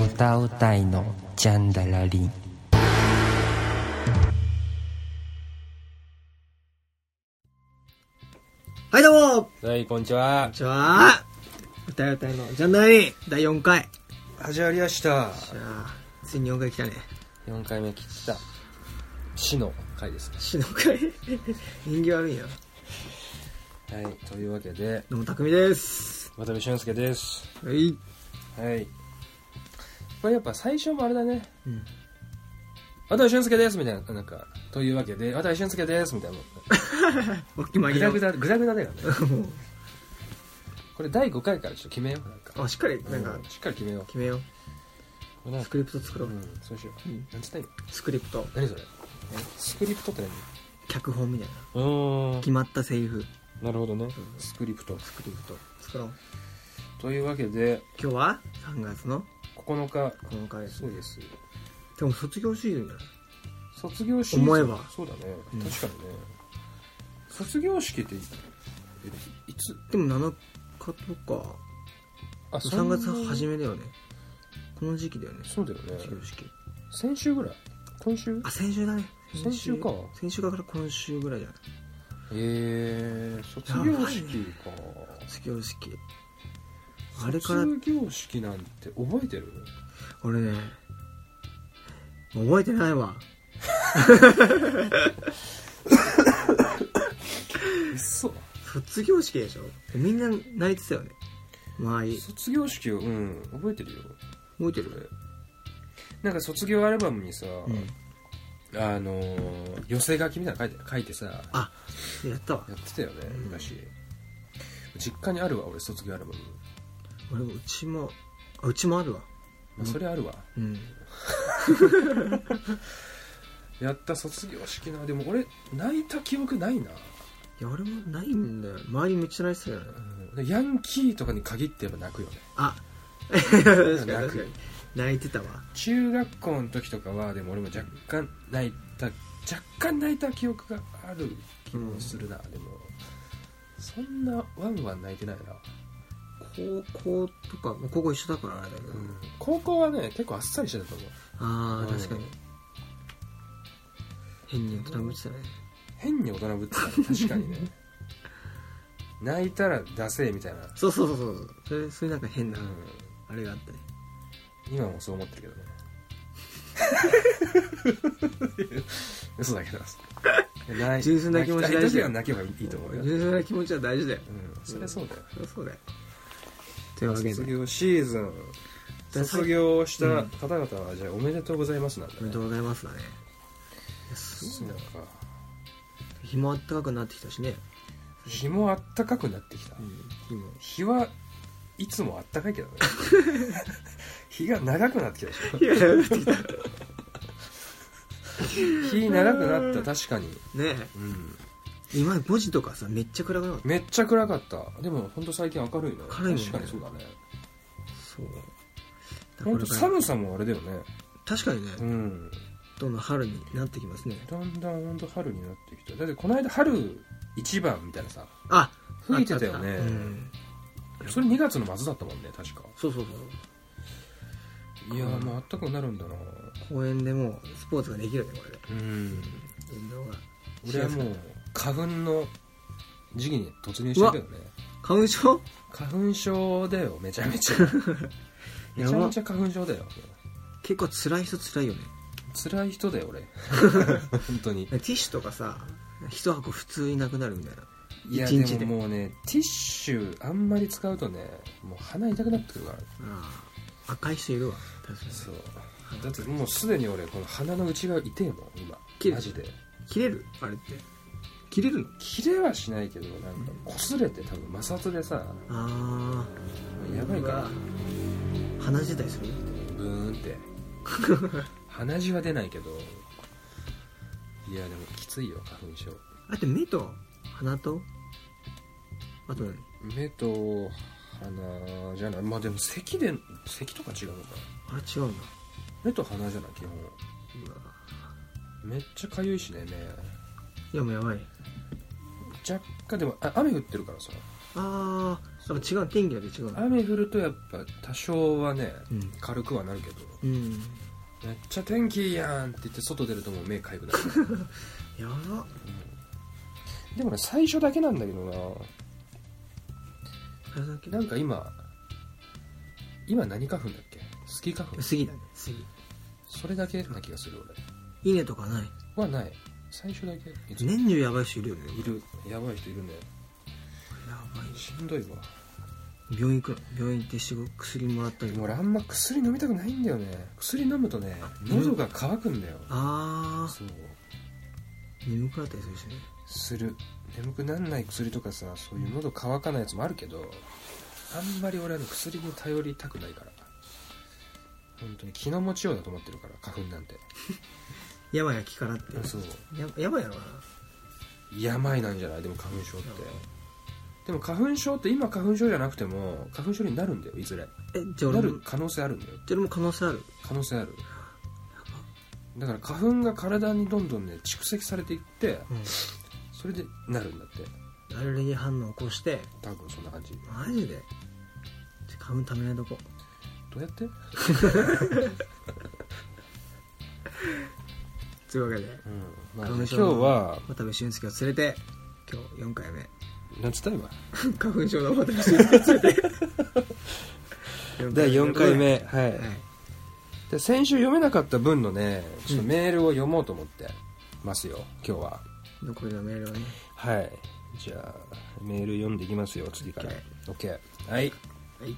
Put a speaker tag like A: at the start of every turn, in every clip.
A: 歌うたいのジャンダラリン
B: はい、どうもこ
A: はいこんにちは
B: んにちは歌い歌いのジャンダルイン第4回。
A: 始まりました
B: じゃあ、ついに4回来たね。
A: 4回目切った死の回ですね
B: 死の回。 人気悪いな。
A: はいというわけで
B: 野た匠です。
A: 渡部俊介です
B: はい。
A: はいこれやっぱ最初もあれだね
B: うん。
A: 渡部俊介ですみたいななんかというわけで渡部俊介ですみたいな
B: おっきま
A: グ
B: り
A: ダ
B: だ。
A: グダグダグダだよね
B: も
A: これ第5回からちょっと決めようなんか
B: う、あ、しっかり、なんか
A: う、しっかり決めよう
B: 決めよう。
A: これなん
B: ス
A: か
B: クリプト作ろ
A: う
B: う。
A: んそうしよう、
B: うん
A: なんつった今
B: スクリプト、
A: 何それスクリプトって
B: 脚本みたいな。
A: 何う
B: 決まったセリフ、
A: なるほどねスクリプト
B: スクリプト作ろう。
A: というわけで
B: 今日は3月の
A: 9日
B: 9日です。
A: そうです
B: でも卒業シーズンじゃない
A: 卒業式
B: 思えば
A: そうだね
B: うん
A: 確かにね、卒業式っていえいつ
B: でも7日とか、
A: あ
B: 3月初
A: め
B: めだよね。この時期だよね。
A: そうだよね
B: 卒業式。
A: 先週ぐらい今週
B: あ先週だね
A: 先週か
B: 先週から今週ぐらいじゃない
A: えー、卒業式か
B: 卒業式あ
A: あ
B: れから
A: 卒業式なんて覚えてる
B: 俺ね覚えてないわ
A: 嘘
B: 卒業式でしょみんな泣いてたよね周り
A: 卒業式をうん覚えてるよ
B: 覚えて
A: それ
B: る
A: なんか卒業アルバムにさ、
B: うん
A: あのー寄せ書きみたいなの書いて書いてさや
B: あやったわ
A: ってたよね
B: うん
A: 昔、実家にあるわ俺卒業アルバム、
B: 俺もうちもあうちもあるわ
A: まあ、それあるわ、
B: うん
A: やった卒業式なでも俺泣いた記憶ないな、
B: いや俺もないんだよ周りめっちゃ泣いてたよね
A: でヤンキーとかに限ってやっぱ泣くよね
B: あ確かに
A: 泣く
B: 確かに泣いてたわ
A: 中学校の時とかはでも俺も若干泣いた若干泣いた記憶がある気もするな、でもそんなワンワン泣いてないな、
B: 高校とかまあ高校一緒だからあれだけど、
A: 高校はね結構あっさりしてたと思う
B: ああ
A: うん
B: 確かに変に大人ぶってたね
A: 変に大人ぶってたね確かにね 泣いたらダセえみたいな、
B: そうそうそうそうそれそういうなんか変な
A: うん
B: あれがあったね
A: 今もそう思ってるけどね嘘だけどない
B: 純粋な気持ち
A: 泣きたい
B: 大事
A: 時
B: だ
A: は
B: よ
A: 泣けばいいと思うよ、うん、
B: 純粋な気持ちは大事だよ
A: そりゃそうだよ
B: そりゃそうだよというわけ
A: 卒
B: で
A: 業シーズン
B: だ
A: 卒業した方々はじゃあおめでとうございますなん
B: お
A: だ
B: め
A: ね
B: でとうございますだね
A: そ
B: す
A: う
B: ごい
A: か
B: な日もあったかくなってきたしね
A: 日もあったかくなってきた
B: 日も
A: 日はいつもあったかいけどね 日が長くなってきたでしょ
B: いやってきたね
A: 日長くなった確かに、
B: え今5時とかさめっちゃ暗くなかっ
A: めっちゃ暗かったでも本当最近明るいね
B: 明るいね
A: 確かにそうだね
B: たそうだ
A: 本当
B: から
A: 寒さもあれだよね
B: 確かにね
A: うん
B: どんどん春になってきますね
A: だんだん本当春になってきただってこの間春一番みたいなさ
B: あ
A: 吹いてたよね
B: あっあったうん
A: それ2月の末だったもんね確か
B: そうそうそ
A: いやーもうあったかくなるんだな
B: う公園でもうスポーツができるねこれで
A: うん
B: 運動が
A: 俺はもう花粉の時期に突入してるけどね
B: 花粉症
A: 花粉症だよめちゃめ ちゃめ
B: や
A: ちゃ
B: ば
A: めちゃ花粉症だよ
B: 結構辛い人辛いよね
A: 辛い人だよ 俺本当に
B: ティッシュとかさ一箱普通いなくなるみたいない
A: や
B: 一日
A: で
B: で
A: ももうねティッシュあんまり使うとねもう鼻痛くなってくるから
B: ああ赤い人いるわ確かに
A: そうだってもうすでに俺この鼻の内側痛えもん
B: 切
A: 今
B: れ
A: マジで
B: 切れるあれって切れるの
A: 切れはしないけどなんか擦れて多分摩擦でさ
B: あ
A: やばいから
B: あ鼻自体する
A: ブーンって鼻血は出ないけどいやでもきついよ花粉症
B: あって目と鼻とあと何
A: 目と鼻じゃないまあでも咳で咳とか違うのか
B: あれ違うんだ
A: 目と鼻じゃない基本
B: うわ
A: めっちゃ痒いしね
B: い
A: 目
B: やもうやばい
A: 若干でもあ雨降ってるからさ
B: あああ違う天気だけ違うの
A: 雨降るとやっぱ多少はね
B: うん
A: 軽くはなるけど
B: うん
A: めっちゃ天気いいやんって言って外出るともう目かゆくなる
B: やば
A: でもね最初だけなんだけど
B: あれだっけ
A: ななんか今今何花粉だっけスギ花粉
B: 杉だね杉
A: それだけな気がする
B: 稲とかない
A: 俺はない最初だけいつも
B: 年中やばい人いるよね
A: いるやばい人いるね
B: やばい
A: しんどいわ
B: 病院行くの病院行って仕事薬もらったり
A: でも俺あんま薬飲みたくないんだよね薬飲むとね喉が渇くんだよ、
B: あ
A: そう
B: あ眠くなったりするしね
A: する眠くなんない薬とかさそういう喉乾かないやつもあるけどあんまり俺はね薬に頼りたくないから本当に気の持ちようだと思ってるから花粉なんて
B: 病は気からっていう
A: そう
B: や病やろか
A: 病なんじゃないでも花粉症ってでも花粉症って今花粉症じゃなくても花粉症になるんだよいずれ
B: なえじゃあ
A: な
B: 俺
A: る
B: も
A: 可能性あるんだよ
B: それも可能性ある
A: 可能性あるだから花粉が体にどんどんね蓄積されていって
B: うん
A: それでなるんだって
B: アレルギー反応起こして
A: 多分そんな感じど
B: マジでちょ花粉ためないとこ
A: うやって
B: というわけで
A: うんま
B: 花
A: あ、今
B: 粉
A: 日
B: 症の
A: は
B: 渡部俊介を連れて今日4回目
A: なんつった今
B: 花粉症の渡部俊介を 連れて
A: 第4回目、はい
B: はい
A: で先週読めなかった分のねちょっとメールを読もうと思ってますよ今日は
B: 残りのメールをね
A: はいじゃあメール読んでいきますよ次から OK はい
B: はい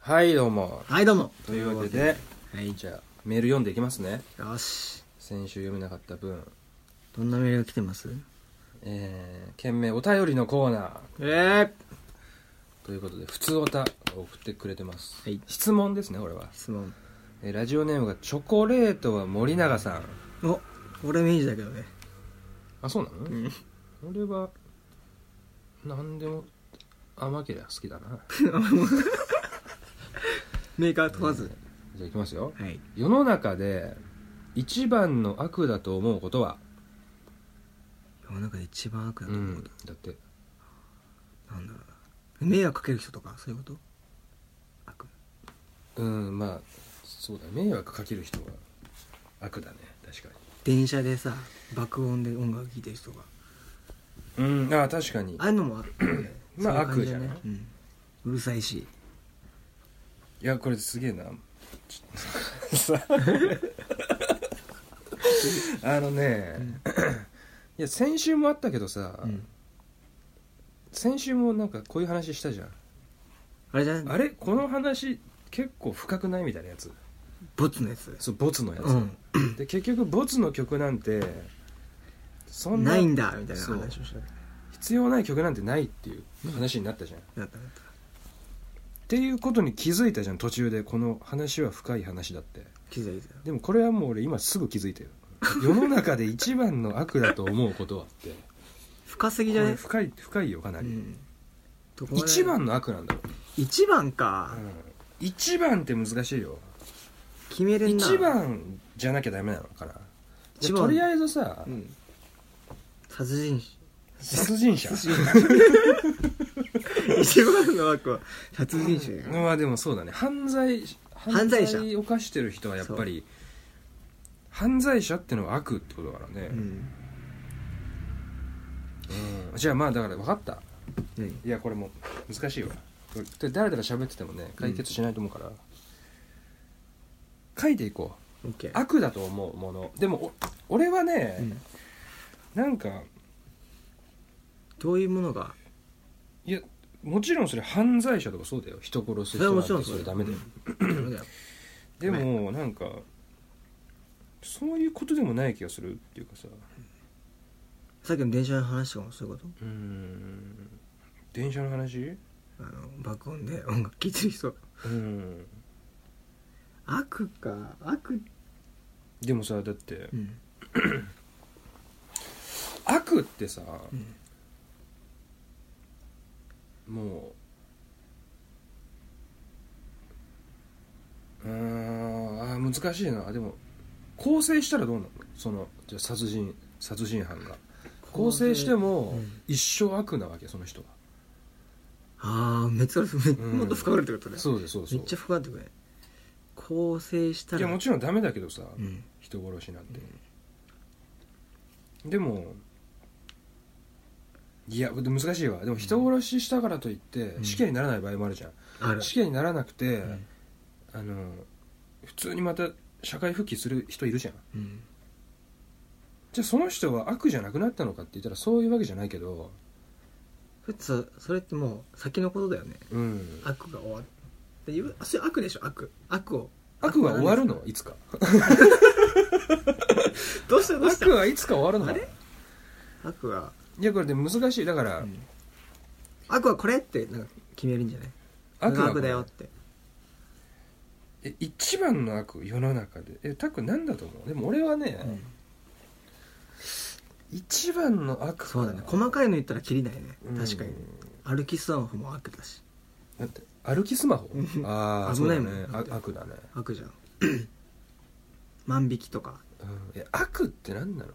A: はいどうも
B: はいどうも
A: というわけで
B: はい
A: じゃあメール読んでいきますね
B: よし
A: 先週読めなかった分
B: どんなメールが来てます
A: えー、件名お便りのコーナー
B: えー、
A: ということで普通おたを送ってくれてます、
B: はい
A: 質問ですねこれは、
B: 質問
A: えーラジオネームがチョコレートは森永さん
B: お俺もいいだけどね
A: あそうなの、
B: ん
A: 俺は何でも甘けりゃ好きだな
B: メーカー問わず、
A: じゃあいきますよ
B: はい
A: 世の中で一番の悪だと思うことは、
B: 世の中で一番悪だ
A: う
B: と思うこ
A: ん
B: と、、
A: だって
B: なんだろうな迷惑かける人とかそういうこと悪
A: うんまあそうだね迷惑かける人は悪だね確か
B: 電車でさ爆音で音楽聴いてる人が
A: にうんああ確かに
B: ああいうのもある
A: まあ
B: そういう感だ
A: 悪じゃない
B: うん、うるさいし
A: いやこれすげえなちょ さあのね、
B: うん
A: いや先週もあったけどさ、
B: うん
A: 先週もなんかこういう話したじゃん
B: あれじゃない
A: あれこの話結構深くないみたいなやつ
B: ボツのやつ
A: そうボツのやつ、
B: うん
A: で結局ボツの曲なんてそんな
B: ないんだみたいな話をした
A: 必要ない曲なんてないっていう話になったじゃん、っ
B: なったなって
A: いうことに気づいたじゃん途中でこの話は深い話だって
B: た気づいたよ
A: でもこれはもう俺今すぐ気づいたよ世の中で一番の悪だと思うことはって
B: 深すぎじゃ
A: こ
B: な
A: れ
B: い
A: 深い深いよかな
B: う
A: り、
B: んどこまで
A: 一番の悪なんだろ
B: 一番
A: う、
B: か、
A: うん一番って難しいよ
B: 決めれんな
A: 一番じゃなきゃダメなのかな
B: 一番
A: とりあえずさ、
B: うん殺人師
A: 殺人者
B: 一番の悪は殺人師だよ
A: まあでもそうだね犯罪
B: 犯罪者
A: 犯を犯してる人はやっぱり犯罪者ってのは悪ってことだからね、
B: うん
A: うんじゃあまあだから分かった
B: 何
A: いやこれもう難しいわこれで誰々喋っててもね解決しないと思うから、書いていこう
B: OK
A: 悪だと思うものでもお俺はね、
B: うん
A: なんか
B: どういうものが
A: いやもちろんそれ犯罪者とかそうだよ人殺す
B: それは
A: 人
B: も
A: なん
B: ちろ
A: て
B: ん
A: それダメだよ、
B: うんダメだよ
A: でもなんかそういうことでもない気がするっていうかさ
B: さっきの電車の話とかもそういうこ
A: うーん電車の話
B: とあの爆音で音楽聴いてる人
A: うん
B: 悪か悪
A: でもさだって
B: うん
A: 悪ってさ
B: うん
A: もううーんあー難しいなでも構成したらどうなのそのじゃあ殺人殺人犯が構成しても
B: うん
A: 一生悪なわけその人は
B: ああめっちゃめ
A: うん
B: もっと深まるってことね
A: そうですそうです
B: めっちゃ深まってくれ構成したら
A: いやもちろんダメだけどさ、
B: うん
A: 人殺しなんて、でもいやでも難しいわでも人殺ししたからといって、
B: うん
A: 死刑にならない場合もあるじゃん、
B: ある
A: 死刑にならなくて、
B: うん
A: あの普通にまた社会復帰する人いるじゃん
B: うん
A: じゃあその人は悪じゃなくなったのかって言ったらそういうわけじゃないけど
B: それってさそれってもう先のことだよね
A: うん
B: 悪が終わっていうあそれ悪でしょ悪悪を
A: 悪は終わる
B: 悪
A: のいつか
B: どうしたどうした
A: 悪はいつか終わるの
B: あれ悪はい
A: やこれで難しいだから、
B: うん悪はこれってなんか決めるんじゃない
A: 悪
B: 悪
A: は
B: 悪だよって
A: え一番の悪世の中でえタクなんだと思うでも俺はね、一番の悪
B: そうだね細かいの言ったら切りないね
A: うん
B: 確かに歩きスマホも悪だし
A: だって歩きスマホ
B: うん
A: ああ
B: 危
A: そう
B: な
A: だ
B: い
A: ね
B: もん
A: あ悪だね、
B: 悪じゃん 万引きとか
A: うん、え悪って何なの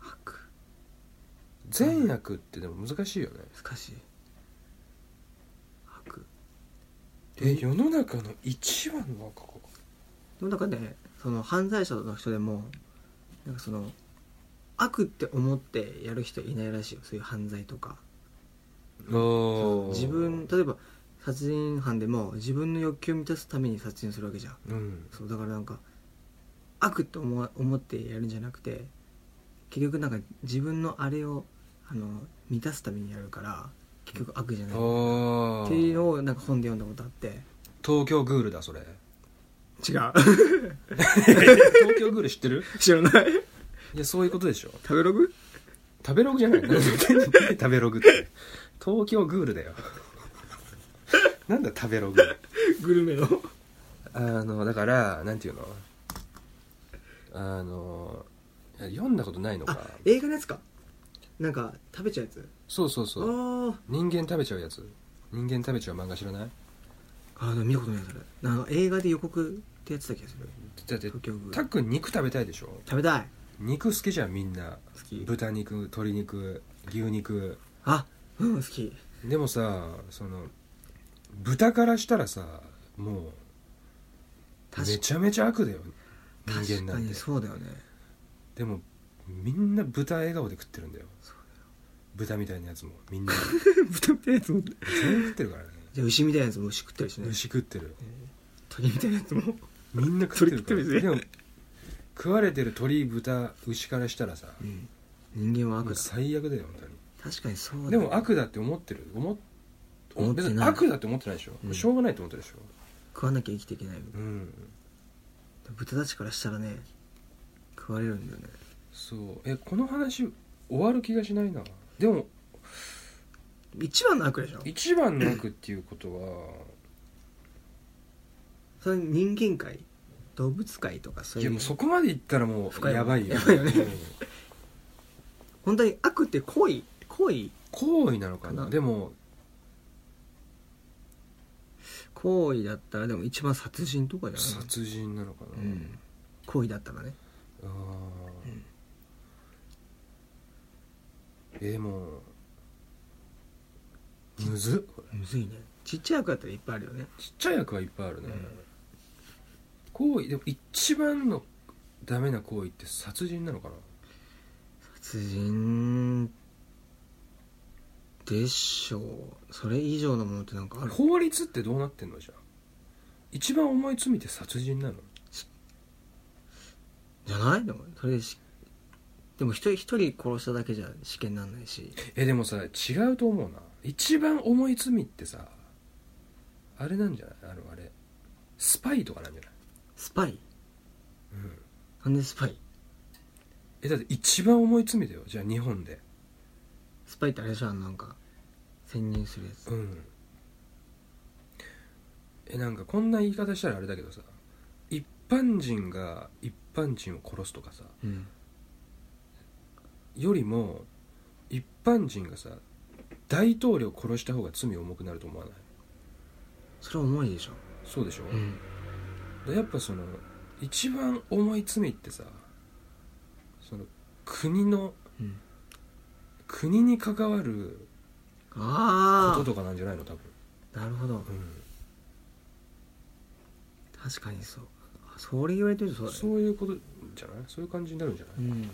B: 悪
A: 善悪ってでも難しいよね
B: 難しい悪
A: え世の中の一番の悪か
B: でもなんかねその犯罪者の人でもなんかその悪って思ってやる人いないらしいよそういう犯罪とか
A: お
B: 自分例えば殺人犯でも自分の欲求を満たすために殺人するわけじゃん
A: うん
B: そうだからなんか悪って思わ思ってやるんじゃなくて結局なんか自分のあれをあの満たすためにやるから結局悪じゃない
A: ああ
B: っていうのをなんか本で読んだことあって
A: 東京グールだそれ
B: 違う
A: 東京グール知ってる
B: 知らない
A: いやそういうことでしょ
B: 食べログ
A: 食べログじゃない何言ってんの食べログって東京グー ルだよなんだ食べログ
B: グルメの
A: あのだからなんていうのあのいや読んだことないのか
B: あ映画のやつかなんか食べちゃうやつ
A: そうそうそう
B: あ
A: 人間食べちゃうやつ人間食べちゃう漫画知らない
B: ああでも見たことないそれなんか映画で予告ってやってた気がする
A: だって
B: 東京グー
A: たっ
B: ル
A: くん肉食べたいでしょ
B: 食べたい
A: 肉好きじゃんみんな
B: 好き
A: 豚肉鶏肉牛肉
B: あうん好き
A: でもさその豚からしたらさもう
B: 確
A: めちゃめちゃ悪だよ人
B: 確か
A: 間なん
B: に
A: て
B: そうだよね
A: でもみんな豚笑顔で食ってるんだよ豚みたいなやつもみんな
B: 豚みたいなやつも
A: 全員食ってるからね
B: じゃあ牛みたいなやつも牛食ってるしね
A: 牛食ってる
B: 鳥みたいなやつも
A: みんな食ってるか
B: 鳥食
A: ら
B: ってるぜ
A: でも食われてる鳥豚牛からしたらさ
B: 人間は
A: も
B: 悪だ
A: う最悪だよ本当に
B: 確かにそうだね
A: でも悪だって思ってる思っ
B: 思ってない
A: 別に悪だって思ってないでしょ、
B: うん
A: しょうがないと思ってるでしょ
B: 食わなきゃ生きていけない
A: うん
B: 豚たちからしたらね食われるんだよね
A: そうえこの話終わる気がしないなでも
B: 一番の悪でしょ
A: 一番の悪っていうことは
B: それ人間界動物界とかそう
A: い
B: い
A: や
B: う
A: もうそこまでいったらもう
B: 深い
A: やばいよ
B: やばいよね
A: うん
B: 本当に悪って行為行為
A: 行為なのかな
B: かな
A: でも
B: 行為だったらでも一番殺人とかじゃない
A: 殺人なのかな、
B: うん行為だったらね
A: ああ、えーもうむずっこれ
B: むずいねちっちゃい悪だったらいっぱいあるよね
A: ちっちゃい役はいっぱいあるね、
B: うん
A: 行為でも一番のダメな行為って殺人なのかな
B: 殺人でしょうそれ以上のものってなんかある
A: 法律ってどうなってんのじゃあ一番重い罪って殺人なの
B: じゃないでもそれでしでも一人一人殺しただけじゃ死刑になんないし
A: えでもさ違うと思うな一番重い罪ってさあれなんじゃないあのあれスパイとかなんじゃない、
B: スパイ
A: うん、
B: なんでスパイ
A: えだって一番重い罪だよじゃあ日本で
B: スパイってあれじゃんなんか潜入するやつ
A: うんえなんかこんな言い方したらあれだけどさ一般人が一般人を殺すとかさ
B: うん
A: よりも一般人がさ大統領を殺した方が罪重くなると思わない
B: それは重いでしょ
A: そうでしょ、
B: うん
A: でやっぱその一番重い罪ってさその国の
B: うん
A: 国に関わるこ
B: あ
A: ととかなんじゃないの多分、
B: あなるほど
A: う、
B: 確かにそうあそれ言われてるとそうんだね
A: そういうことじゃないそういう感じになるんじゃない,、
B: う
A: い
B: ん
A: や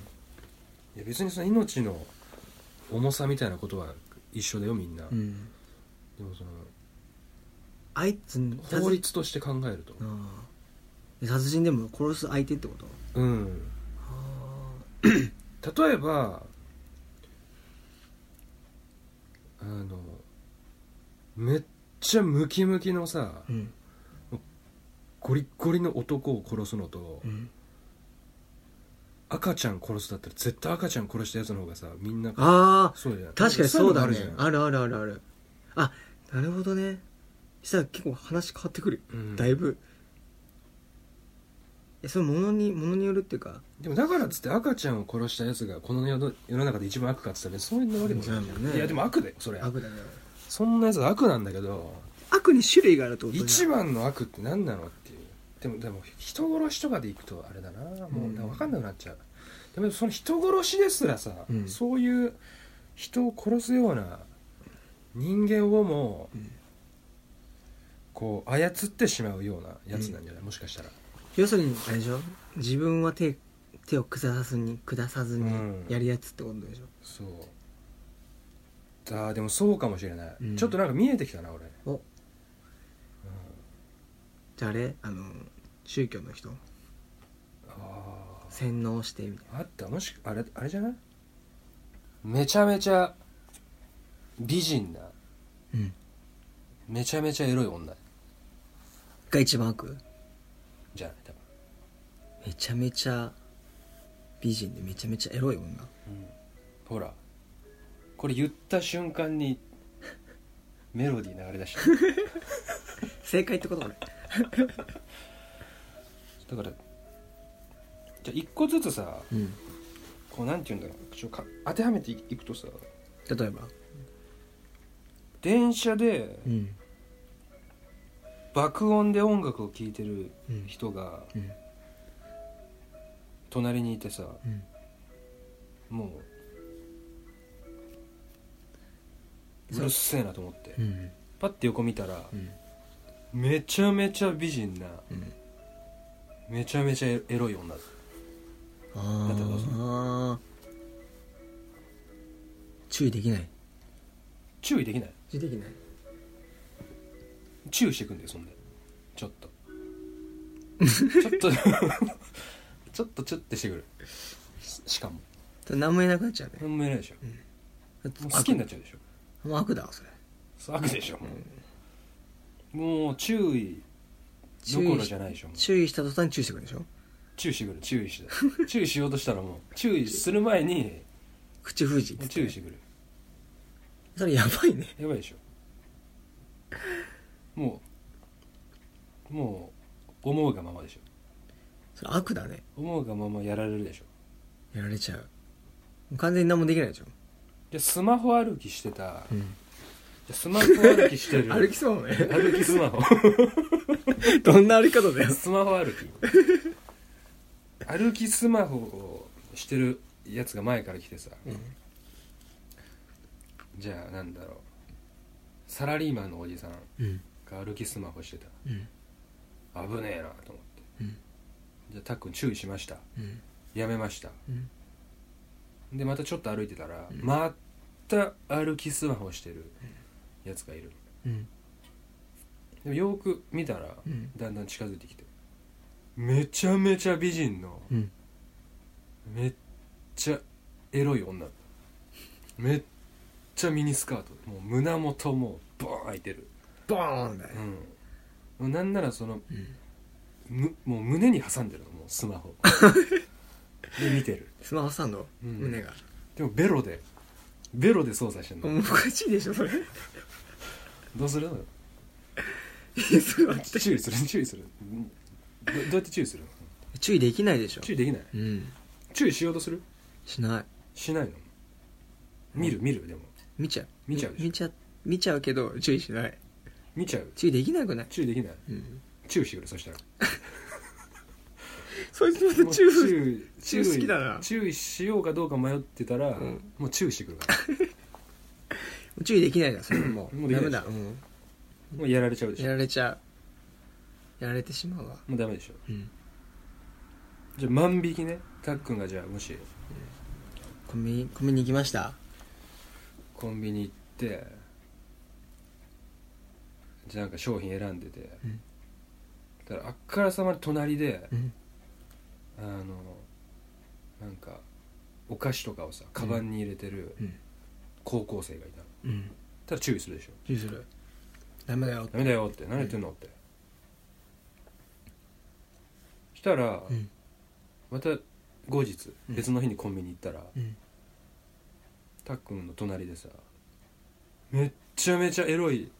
A: 別にその命の重さみたいなことは一緒だよみんな、
B: うん
A: でもその
B: あいつ
A: 法律として考えると
B: ああえ殺人でも殺す相手ってこと
A: うん
B: あ
A: 例えばあのめっちゃムキムキのさ
B: あうん
A: ゴリッゴリの男を殺すのと、
B: うん
A: 赤ちゃん殺すだったら絶対赤ちゃん殺したやつの方がさみんな
B: ああ
A: そうじゃない
B: 確かにそうだね
A: いのも
B: あ
A: ある
B: るあるあるあるあなるほどねしたら結構話変わってくる
A: じゃん、うん
B: だいぶえそれものにものによるっていうか
A: でもだからっつって赤ちゃんを殺したやつがこの世の世の中で一番悪かっつったらねそういうわけでもないじゃ、
B: うんんね
A: いやでも悪だよそれ
B: 悪だね
A: そんなやつは悪なんだけど
B: 悪に種類があるってことじゃん
A: 一番の悪って何なのっていうでもでも人殺しとかでいくとあれだなも
B: う
A: うんだ分かんなくなっちゃう、でもその人殺しですらさ、
B: うん
A: そういう人を殺すような人間をも
B: うん
A: こう操ってしまうようなやつなんじゃない、もしかしたら、
B: 要するにあれでしょ自分は手手を下さずに下さずに
A: うん
B: やるやつってことでしょ、
A: そうあーでもそうかもしれない、
B: うん
A: ちょっとなんか見えてきたな俺
B: おじゃああれあの宗教の人
A: あ
B: 洗脳してみたい
A: ーあったもしあれあれじゃないめちゃめちゃ美人な
B: な、うん、
A: めちゃめちゃエロい女
B: が一番悪
A: じゃない多分
B: めちゃめちゃ美人でめちゃめちゃエロい女
A: ほらこれ言った瞬間にメロディー流れ出した
B: 正解ってことこれ
A: だからじゃあ一個ずつさ
B: うん
A: こうなんて言うんだろうちょっとか当てはめていくとさ
B: 例えば
A: 電車で
B: うん
A: 爆音で音楽を聴いてる
B: うん
A: 人が
B: うん
A: 隣にいてさ
B: うん
A: もう
B: そう
A: うるせえなと思って
B: うん
A: パッて横見たら
B: うん
A: めちゃめちゃ美人な
B: うん
A: めちゃめちゃエロい女だだったらどうする
B: ああ注意できない
A: 注意できない
B: 注意できない
A: チューしてくんだよそんでちょっと ちょっと ちょっとチュッてしてくるししかも
B: 何もいなくなっちゃうね
A: 何もいないでしょもう好
B: 悪
A: きになっちゃうでしょ
B: もう悪だわそれ
A: そう悪でしょもうもう注意どころじゃないでしょもう
B: 注意した途端に注意してくるでしょ
A: チューしてくる注意して 注意しようとしたらもう注意する前に
B: 口封じって
A: も
B: 言っ
A: う
B: て
A: 注意してくる
B: それやばいね
A: やばいでしょもうもう思うがままでしょ
B: それ悪だね
A: 思うがままやられるでしょ
B: やられちゃうもう完全に何もできないでしょ、
A: でスマホ歩きしてた
B: うん、
A: スマホ 歩きしてる
B: 歩きそうもね
A: 歩きスマホ
B: どんな歩き方だよ
A: スマホ歩き歩きスマホをしてるやつが前から来てさ、
B: うん
A: じゃあなんだろうサラリーマンのおじさん
B: うん
A: が歩きスマホしてた
B: うん
A: 危ねえなと思って
B: うん
A: じゃあたっくん注意しました
B: うん
A: やめました
B: うん
A: でまたちょっと歩いてたら、
B: うん
A: また歩きスマホしてるやつがいる
B: うん
A: でもよく見たら
B: うん
A: だんだん近づいてきてめちゃめちゃ美人の
B: うん
A: めっちゃエロい女めっちゃミニスカートもう胸元もうボーン開いてる
B: ボーンだよ、
A: うんなんならその
B: うん
A: むもう胸に挟んでるのもうス マホで見てる
B: スマホサンド、
A: うん
B: 胸が
A: でもベロでベロで操作してんの、
B: もうおかしいでしょそれ
A: どうする
B: それは
A: 注意する注意するうんどどうやって注意するの
B: 注意できないでしょ
A: 注意できない
B: うん
A: 注意しようとする
B: しない
A: しないの見る見るでも
B: 見ちゃう
A: 見ちゃうでしょ
B: 見ちゃ見ちゃうけど注意しない
A: 見ちゃう
B: 注意できなくない、
A: 注意できない
B: うん、
A: 注意してくれそしたら
B: そいつま
A: も
B: た
A: う
B: 注意
A: 注意
B: 注意好きだな
A: 注意しようかどうか迷ってたら、
B: ん
A: もう注意してくるから
B: 注意できないだそれはもう
A: もうで
B: ダ
A: きな
B: メ
A: いでしょ
B: だ、うん、
A: もうやられちゃうでしょ
B: やられちゃうやられてしまうわ
A: もうダメでしょ
B: うん
A: じゃあ万引きねたっくんがじゃあもし
B: コンビニコンビニ行きました
A: コンビニ行ってじゃあなんか商品選んでて、
B: うん
A: だからあっからさまに隣で、
B: うん
A: あのなんかお菓子とかをさカバンに入れてる
B: うん
A: 高校生がいたの
B: うん
A: ただ注意するでしょ
B: 注意するダメだよ
A: ダメだよって何言ってんのって、したら、
B: うん
A: また後日
B: うん
A: 別の日にコンビニ行ったら、
B: うん
A: たっくんの隣でさめっちゃめちゃエロい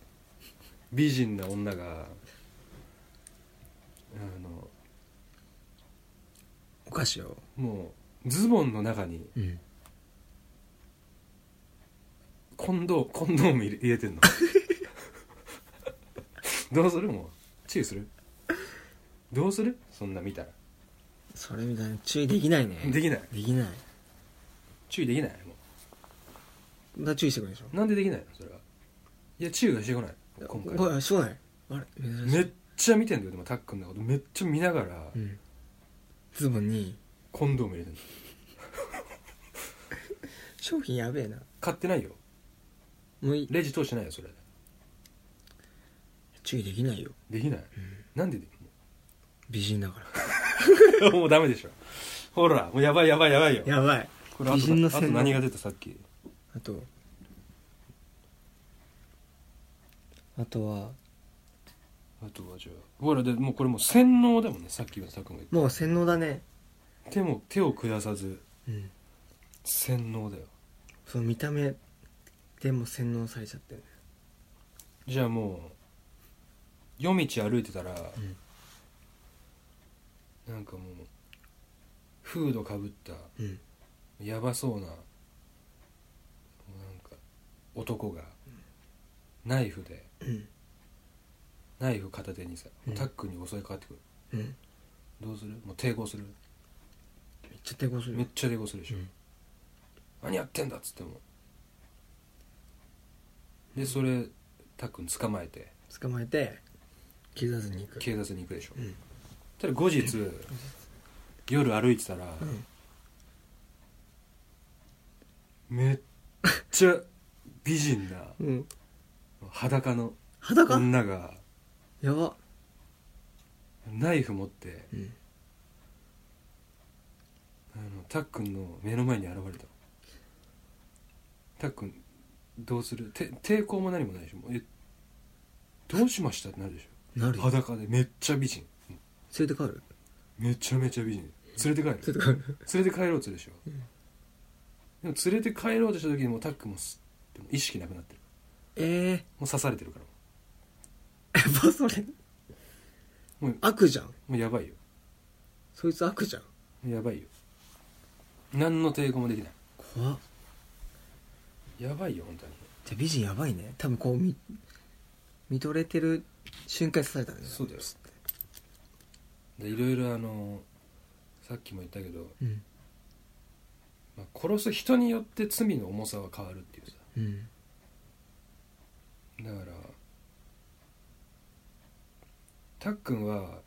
A: 美人な女があの
B: お菓子を
A: もうズボンの中に
B: うん
A: コンドーコンドーム入れ入れてんの どうするもう注意するどうするそんな見たら
B: それみたいに注意できないね
A: できない
B: できない
A: 注意できないも
B: また注意してくるでしょ
A: うなんでできないのそれはいや注意がしてこない今回
B: 回そうないあれ珍しい
A: めっちゃ見てんだよでもたっくんのことめっちゃ見ながら、
B: うんズボンに
A: コンドーム入れてんの
B: 商品やべえな
A: 買ってないよ
B: もうい
A: レジ通してないよそれ
B: 注意できないよ
A: できない、なんでで
B: 美人だから
A: もうもうダメでしょほらもうやばいやばいやばいよ
B: やばい
A: これあ
B: 美人
A: と
B: の
A: あと
B: 洗脳
A: 何が出たさっき
B: あとあとは
A: あとはじゃあほらでもうこれもう洗脳だもんねさっきはさっくんが言
B: もう洗脳だね
A: った手も手を下さず
B: うん
A: 洗脳だよ
B: その見た目でも洗脳されちゃってる
A: じゃあもう夜道歩いてたら、
B: ん
A: なんかもうフードかぶった
B: うん
A: やばそうなもうなんか男がナイフで
B: うん
A: ナイフ片手にさ
B: うん
A: タックに襲いかかってくる、
B: うんめっ
A: どうするもう抵抗する
B: ちゃ抵抗す
A: めっ
B: る
A: ちゃ抵抗するでしょ、
B: うん
A: 何やってんだっつってもでそれタックン捕まえて
B: 捕まえて気づかずに行く
A: 警察に行くでしょ、
B: うん
A: ただ後日夜歩いてたら、
B: ん
A: めっちゃ美人な
B: うん
A: 裸の
B: 裸
A: 女が
B: やば
A: ナイフ持って
B: うん
A: あのたっくんの目の前に現れたたっくんどうするて抵抗も何もないでしょもうえどうしましたってなるでし
B: なる
A: ょ
B: よ
A: 裸でめっちゃ美人
B: 連れて帰る
A: めちゃめちゃ美人連れて帰る
B: 連れて帰る
A: 連れて帰ろうとでしょ、
B: ん
A: でも連れて帰ろうとした時にもうタックもすってもう意識なくなってる
B: ええ
A: もう刺されてるから
B: やっぱそれ
A: もう
B: 悪じゃん
A: もうやばいよ
B: そいつ悪じゃん
A: やばいよ何の抵抗もできない
B: 怖っ
A: やばいよ本当に
B: じゃあ美人やばいね多分こう見見とれてる瞬間に刺されたんだよ
A: そうだよでいろいろあのさっきも言ったけど、
B: うん
A: まあ、殺す人によって罪の重さは変わるっていうさ
B: うん
A: だからたっくんはあ
B: う
A: の
B: ん
A: こ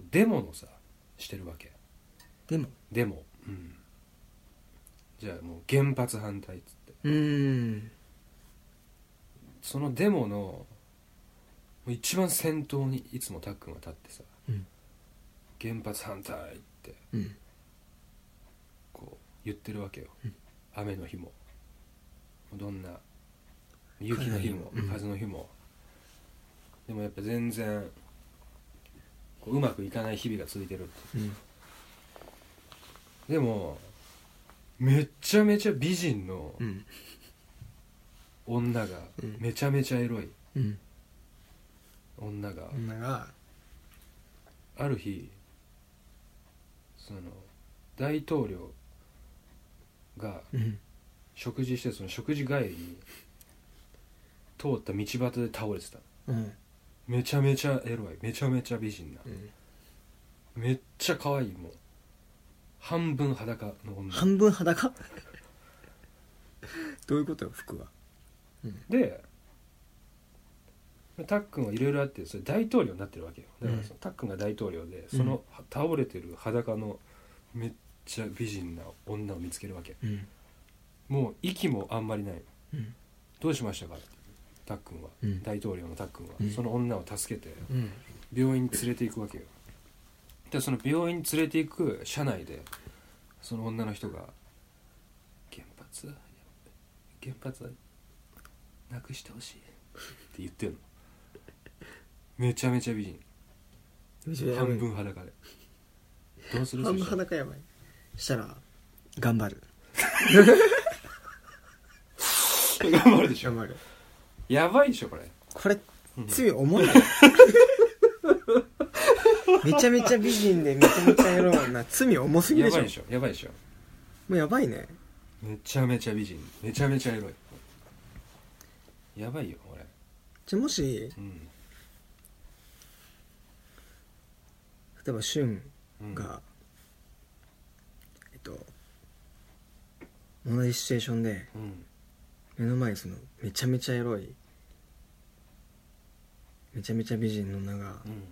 A: うデモのさしてるわけ
B: でも
A: でも、じゃあもう原発反対っつって
B: うーん
A: そのデモのもう一番先頭にいつもたっくんが立ってさ
B: うん
A: 「原発反対」って
B: うん
A: 言ってるわけよ、
B: うん
A: 雨の日もどんな雪の日も
B: うん
A: 風の日も、でもやっぱ全然こううまくいかない日々が続いてる
B: うん
A: でもめっちゃめちゃ美人の
B: うん
A: 女が、
B: うん
A: めちゃめちゃエロい
B: うん
A: 女が、
B: 女が
A: ある日その大統領が
B: うん
A: 食事してその食事帰りに通った道端で倒れてた
B: うん
A: めちゃめちゃエロいめちゃめちゃ美人な
B: うん
A: めっちゃ可愛いもう半分裸の女
B: 半分裸どういうことよ服は
A: でたっくんはいろいろあってそれ大統領になってるわけよだからそのたっくんが大統領でその倒れてる裸のめっちゃ美人な女を見つけるわけ
B: うん
A: もう息もあんまりない
B: うん
A: どうしましたかたっくんは、
B: うん
A: 大統領のたっくんは、
B: うん
A: その女を助けて
B: うん
A: 病院に連れて行くわけよでその病院に連れて行く車内でその女の人が「原発原発はなくしてほしい」って言ってるのめちゃめちゃ美人半分裸でどうする
B: 半分
A: そしたら
B: 裸やばいしたら頑張る
A: 頑張るでしょ
B: 頑張る
A: やばいでしょこれ
B: これ
A: うん
B: 罪重 いよめちゃめちゃ美人でめちゃめちゃエロいな罪重すぎ
A: や
B: でし
A: ば
B: ょ
A: いでしょやばいでしょ
B: もうやばいね
A: めちゃめちゃ美人めちゃめちゃエロいやばいよ俺
B: じゃあもし
A: うん
B: 例えばシュン
A: うん
B: が、えっと同じシチュエーションで
A: うん
B: 目の前にそのめちゃめちゃエロいめちゃめちゃ美人の女が
A: うん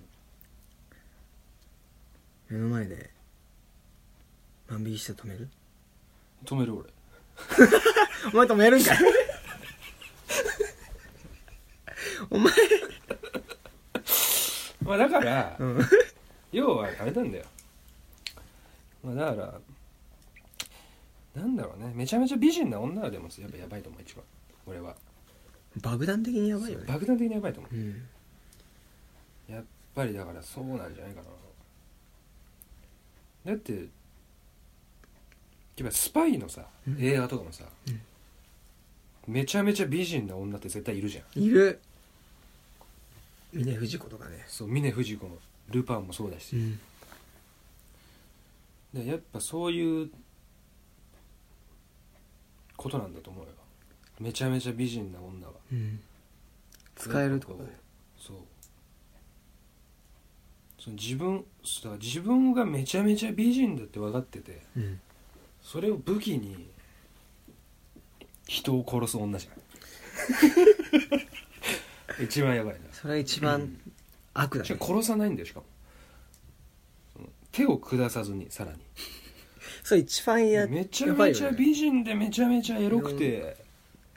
B: 目の前で万引きして止める
A: 止める俺
B: お前止めるんかい お前
A: まあだから、
B: うん
A: 要はあれなんだよまあだからなんだろうねめちゃめちゃ美人な女はでもやっぱやばいと思う一番俺は
B: 爆弾的にやばいよね
A: 爆弾的にやばいと思
B: うん
A: うやっぱりだからそうなんじゃないかなだってやっぱスパイのさ、
B: うん
A: 映画とかもさ、
B: うん
A: めちゃめちゃ美人な女って絶対いるじゃん
B: いる峰不二子とかね
A: そう峰不二子もルパンもそうだし、
B: ん
A: でやっぱそういうことなんだと思うよめちゃめちゃ美人な女は
B: うん使えるってこと
A: や
B: ね
A: ぱこうそうその自分そうだから自分がめちゃめちゃ美人だって分かってて
B: うん
A: それを武器に人を殺す女じ ゃん一番やばいな
B: それは一番悪だ
A: し
B: ね
A: かも殺さないんだよしかもその手を下さずにさらに
B: それ一番や
A: めちゃ
B: やばいよ
A: めちゃ
B: ね
A: 美人でめちゃめちゃエロくて、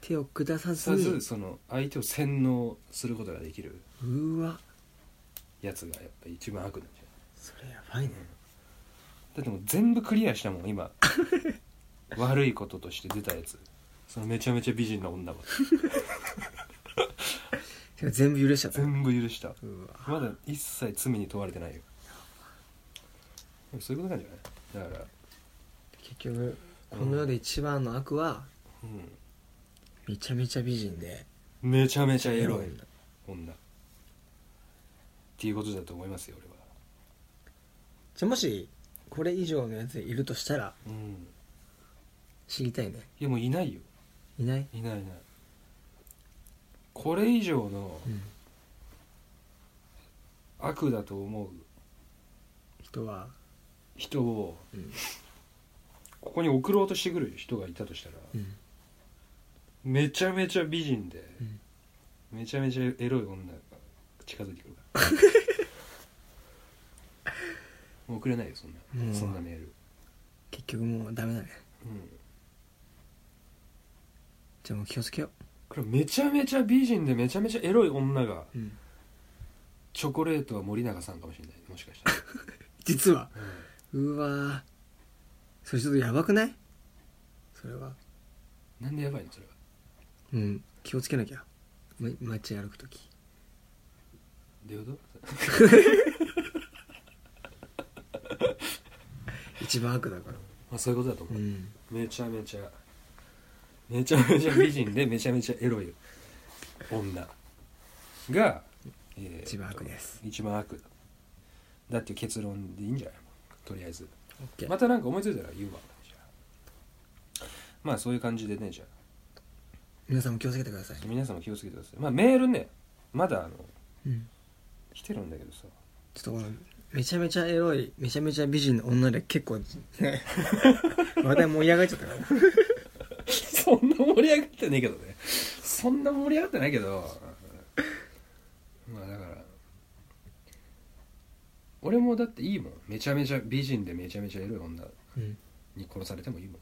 B: 手を下さず
A: さず
B: に
A: その相手を洗脳することができる
B: うわ
A: やつがやっぱ一番悪なんじゃ
B: それやばいね
A: んだってもう全部クリアしたも ん今悪いこととして出たやつそのめちゃめちゃ美人な女は
B: てか全部許しちゃった
A: 全部許した
B: うわ
A: まだ一切罪に問われてないよでもそういうことなんじゃないだから
B: 結局この世で一番の悪は
A: う
B: めちゃめちゃ美人で
A: んめちゃめちゃエロい
B: んだ
A: 女っていうことだと思いますよ俺は
B: じゃあもしこれ以上のやついるとしたら
A: うん
B: 知りたいね
A: いやもういないよ
B: いない
A: いないいないこれ以上の
B: うん
A: 悪だと思う
B: 人は
A: 人を
B: うん
A: ここに送ろうとしてくる人がいたとしたら、
B: うん
A: めちゃめちゃ美人で、
B: うん
A: めちゃめちゃエロい女が近づいてくるから もう送れないよそんな、
B: うん
A: そんなメール、
B: 結局もうダメだね
A: うん、
B: じゃあもう気をつけよ
A: これめちゃめちゃ美人でめちゃめちゃエロい女が
B: う、うん、
A: チョコレートは森永さんかもしれないも しかしたら、
B: 実は
A: うん
B: うわーそれちょっとやばくないそれは
A: なんでやばいのそれは
B: うん気をつけなきゃ、ま、街歩く時
A: どういうこ
B: 一番悪だから
A: とあそういうことだと
B: う
A: 思う、
B: ん
A: めちゃめちゃめちゃめちゃ美人でめちゃめちゃエロい女が、えー
B: 一番悪です
A: 一番悪だっていう結論でいいんじゃないとりあえず
B: OK、
A: またなんか思いついたら言うわじゃあまあそういう感じでねじゃあ
B: 皆さんも気をつけてください
A: ちょっと皆さんも気をつけてくださいまあメールねまだあの
B: うん
A: 来てるんだけどさ
B: ちょっとこのめちゃめちゃエロいめちゃめちゃ美人の女で結 構ね話題盛り上がっちゃったから
A: そんな盛り上がってないけどねそんな盛り上がってないけどまあだから俺もだっていいもんめちゃめちゃ美人でめちゃめちゃエロい女
B: うん
A: に殺されてもいいもん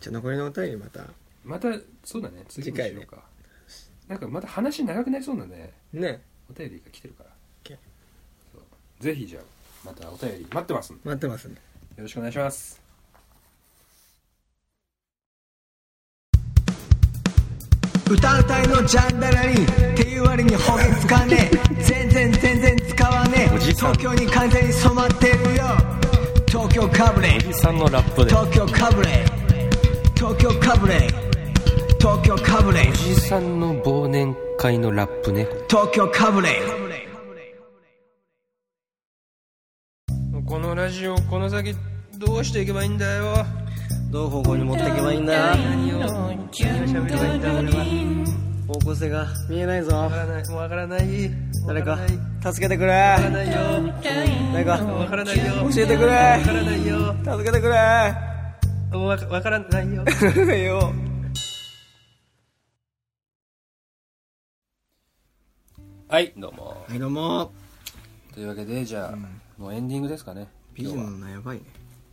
B: じゃあ残りのお便りまた
A: またそうだね次
B: 次
A: に
B: 回
A: し
B: ね
A: ようか、なんかまた話長くなりそうなんで、ね、
B: ね
A: お便りが来てるから
B: OK
A: そうぜひじゃあまたお便り待ってますんで
B: 待ってますんで
A: よろしくお願いします
B: 歌うたいのジャンダラリーっていう割にほげつかねえ全然全然使わねえ
C: おじさん
B: 東京に完全に染まってるよ東京かぶれ
C: おじさんのラップで
B: 東京かぶれ東京かぶれ東京かぶれ
C: おじさんの忘年会のラップね
B: 東京かぶれ
A: このラジオこの先どうしていけばいいんだよ
B: どう方向に持っていけばいいんだ
A: 喋ればいいんだ俺は
B: 方向性が見えないぞ
A: わからないわからない
B: 誰か
A: わか
B: 助けてくれ
A: らないよ
B: 誰
A: わか
B: から
A: ないよ
B: 教えてくれ
A: わからないよ
B: 助けてくれ
A: わわからないよ
B: よ
A: はいどうも
B: はいどうも
A: というわけでじゃあ、もうエンディングですかね
B: 美人
A: 今日
B: の
A: は
B: 女やばいね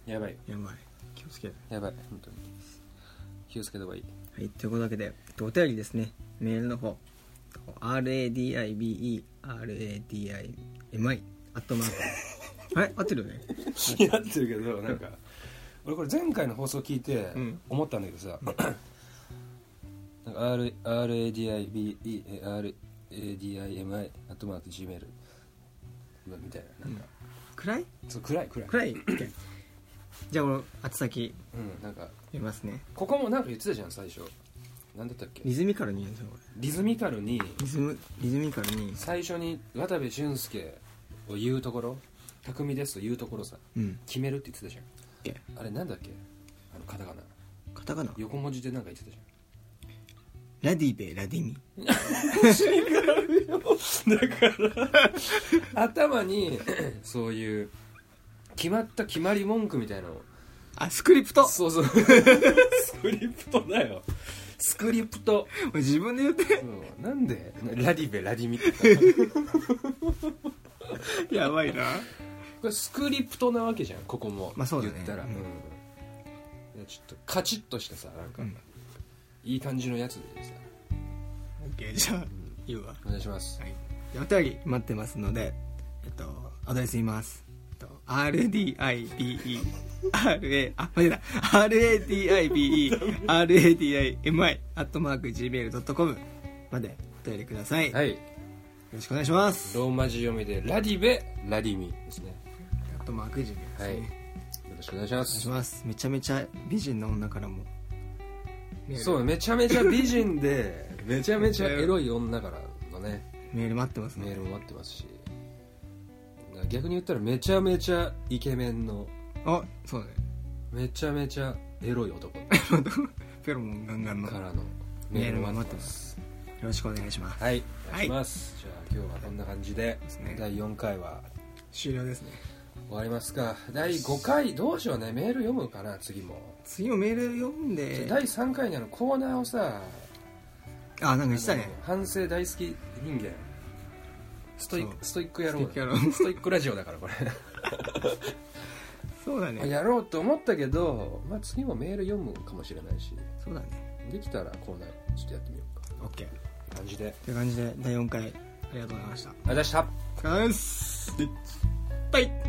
A: やばい
B: やばい気をつけて
A: やばい本当に気をつけた 方がいい
B: はい、ということで、えっとお便りですね、メールの方、radibe, radimi, アット マーク。はい、合ってるよね。
A: やってるけどなんか俺これ前回の放送聞いて
B: うん
A: 思ったんだけどさ、 なんか R- RADIBERADIMI アットマーク Gmail みたいななんか、
B: 暗い
A: そう暗い暗い
B: 暗い OK じゃあ、この宛先
A: うんなんか
B: 読みますね。
A: ここもなんか言ってたじゃん最初なんだったっけ
B: リズミカルに言うんですよ、こ
A: リズミカルに
B: れ。リズム、リズミカルに。
A: 最初に渡部俊介を言うところ匠ですと言うところさ
B: うん。
A: 決めるって言ってたじ
B: OK。
A: ゃんあれなんだっけあのカタカナ
B: カタカナ。
A: 横文字でなんか言ってたじゃん
B: ラディベ、ラディミ。
A: だから頭に そういう決まった決まり文句みたいなのを
B: あ、スクリプト
A: そうそうスクリプトだよスクリプト、
B: 自分で言って。
A: うん、なんでラディベラディミって
B: やばいな。
A: これスクリプトなわけじゃんここも、
B: まあそうだね
A: 言ったら、
B: うん
A: うんちょっとカチッとしたさなんか、
B: うん
A: いい感じのやつでさ
B: OK、じゃあ、言うわ。
A: お願いします
B: はい、お便り待ってますので、えっと、アドレス言います。えっと RDIBE、RA、あ、間違えた。RADIBE、RADIMI、アットマーク Gmail.com までお便りください。よ
A: はい
B: ろしくお願いします。
A: ローマ字読みでラディベラディミですね
B: アットマーク Gmail ですね。
A: はい
B: お願
A: よろしくお願いしま
B: い
A: す
B: します。めちゃめちゃ美人な女からも。メール
A: そうめちゃめちゃ美人で めちゃめちゃエロい女からのね
B: メール待ってます
A: メー
B: ね。
A: ルも待ってますし逆に言ったらめちゃめちゃイケメンの
B: あ、そうだね。
A: めちゃめちゃエロい男か
B: ペロモンガンガンの。よ
A: らの メールも待ってます
B: ろしくお願いします。
A: はいお願いします、じゃあ今日はこんな感じで
B: すね
A: 第4回は
B: 終了ですね。
A: 終わりますか第5回どうしようねメール読むかな次も、
B: 次もメール読んで。
A: 第3回にあのコーナーをさ
B: あ、なんかしたね。
A: 反省大好き人間ストイックストイックやろう
B: ストイック野郎
A: ストイックラジオだからこ れ
B: そうだね。
A: やろうと思ったけど、まあ、次もメール読むかもしれないし
B: そうだね。
A: できたらコーナーちょっとやってみようか
B: OK。
A: 感じで
B: という感じで、第4回、ありがとうございました。
A: ありがとうございました
B: お疲れ様です。バイ。